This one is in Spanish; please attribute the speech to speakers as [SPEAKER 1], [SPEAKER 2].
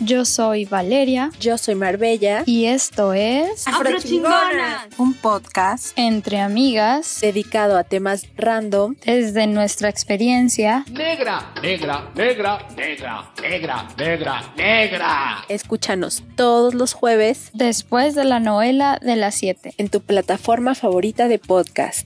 [SPEAKER 1] Yo soy Valeria
[SPEAKER 2] Yo soy Marbella,
[SPEAKER 1] y esto es
[SPEAKER 3] Afrochingonas.
[SPEAKER 4] un podcast
[SPEAKER 1] Entre Amigas
[SPEAKER 2] dedicado a temas random.
[SPEAKER 1] desde nuestra experiencia.
[SPEAKER 5] negra, negra, negra, negra, negra, negra, negra.
[SPEAKER 2] Escúchanos todos los jueves
[SPEAKER 1] Después de la novela de las 7.
[SPEAKER 2] en tu plataforma favorita de podcast.